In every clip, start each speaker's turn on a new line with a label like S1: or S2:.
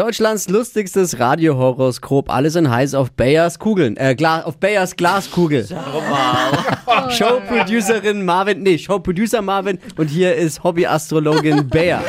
S1: Deutschlands lustigstes Radiohoroskop. Alle sind heiß auf Bayers Kugeln. Äh, Gla auf Bayers Glaskugel. Showproducerin Marvin, nee, Showproducer Marvin. Und hier ist Hobbyastrologin Bayer.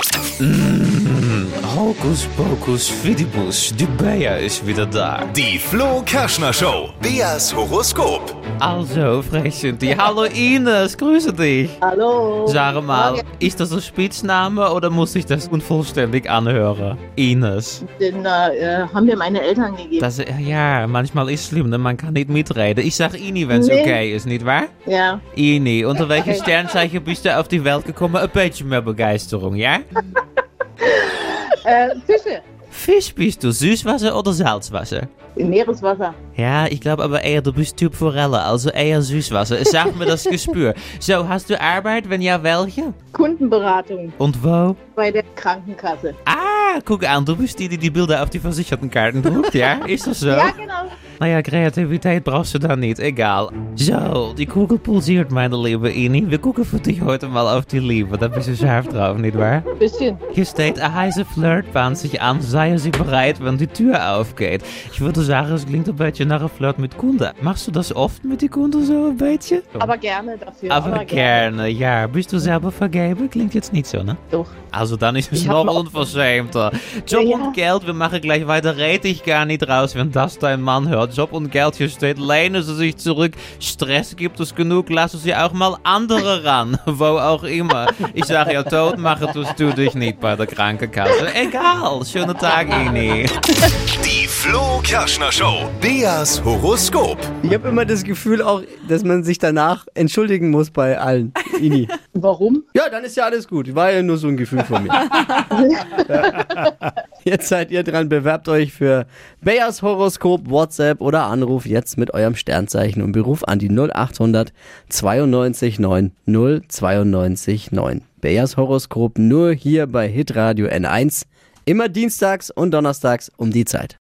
S2: Hocus Pocus Fidibus, die Bayer ist wieder da.
S3: Die Flo Kerschner Show. Beas Horoskop.
S2: Also, frechend. Die Hallo Ines, grüße dich.
S4: Hallo.
S2: Sag mal, ist das ein Spitzname oder muss ich das unvollständig anhören? Ines.
S4: Den äh, äh, haben mir meine Eltern gegeben.
S2: Das, ja, manchmal ist schlimm, ne? man kann nicht mitreden. Ich sag Ini, wenn es
S4: Nee.
S2: okay ist, nicht wahr?
S4: ja.
S2: Ini, unter welchem Sternzeichen bist du auf die Welt gekommen? Ein bisschen mehr Begeisterung, ja?
S4: Äh, Fische.
S2: Fisch bist du, Süßwasser oder Salzwasser?
S4: Im Meereswasser.
S2: Ja, ich glaube aber eher, du bist Typ Forelle, also eher Süßwasser. Es sagt mir das Gespür. So, hast du Arbeit? Wenn ja, welche?
S4: Kundenberatung
S2: Und wo?
S4: bei der Krankenkasse.
S2: Ah, guck an, du bist die, die die Bilder auf die Versichertenkarten druckt, ja? Ist das so?
S4: Ja, genau.
S2: Naja, Kreativität brauchst du da nicht, egal. So, die Kugel pulsiert, meine liebe Ini. Wir gucken für dich heute mal auf die Liebe. Da bist du scharf drauf, nicht wahr?
S4: Bisschen.
S2: Hier steht, eine heiße Flirt bahnt sich an, seien Sie bereit, wenn die Tür aufgeht. Ich würde sagen, es klingt ein bisschen nach einer Flirt mit Kunde. Machst du das oft mit den Kunden so ein bisschen?
S4: Aber gerne dafür.
S2: Aber gerne, ja. Bist du selber vergeben? Klingt jetzt nicht so, ne?
S4: Doch.
S2: Also dann ist es
S4: Ich
S2: noch
S4: hab noch-
S2: unverschämter. Job
S4: Ja.
S2: und Geld, wir machen gleich weiter. Red ich gar nicht raus, wenn das dein Mann hört. Job und Geld, hier steht, lehnen Sie sich zurück. Stress dus gibt es genug, lassen Sie auch mal andere ran. Wo auch immer. Ich sage ja, tot machen tust du dich nicht bei der Krankenkasse. Egal, schönen Tag, Ini.
S3: Die Flo Kerschner Show. Beas Horoskop.
S1: Ich habe immer das Gefühl auch, dass man sich danach entschuldigen muss bei allen. Ini.
S4: Warum?
S1: Ja, dann ist ja alles gut. War ja nur so ein Gefühl von mir. Jetzt seid ihr dran, bewerbt euch für Bayers Horoskop, WhatsApp oder Anruf jetzt mit eurem Sternzeichen und Beruf an die 0800 92 9 092 9. Bayers Horoskop nur hier bei Hitradio N1, immer dienstags und donnerstags um die Zeit.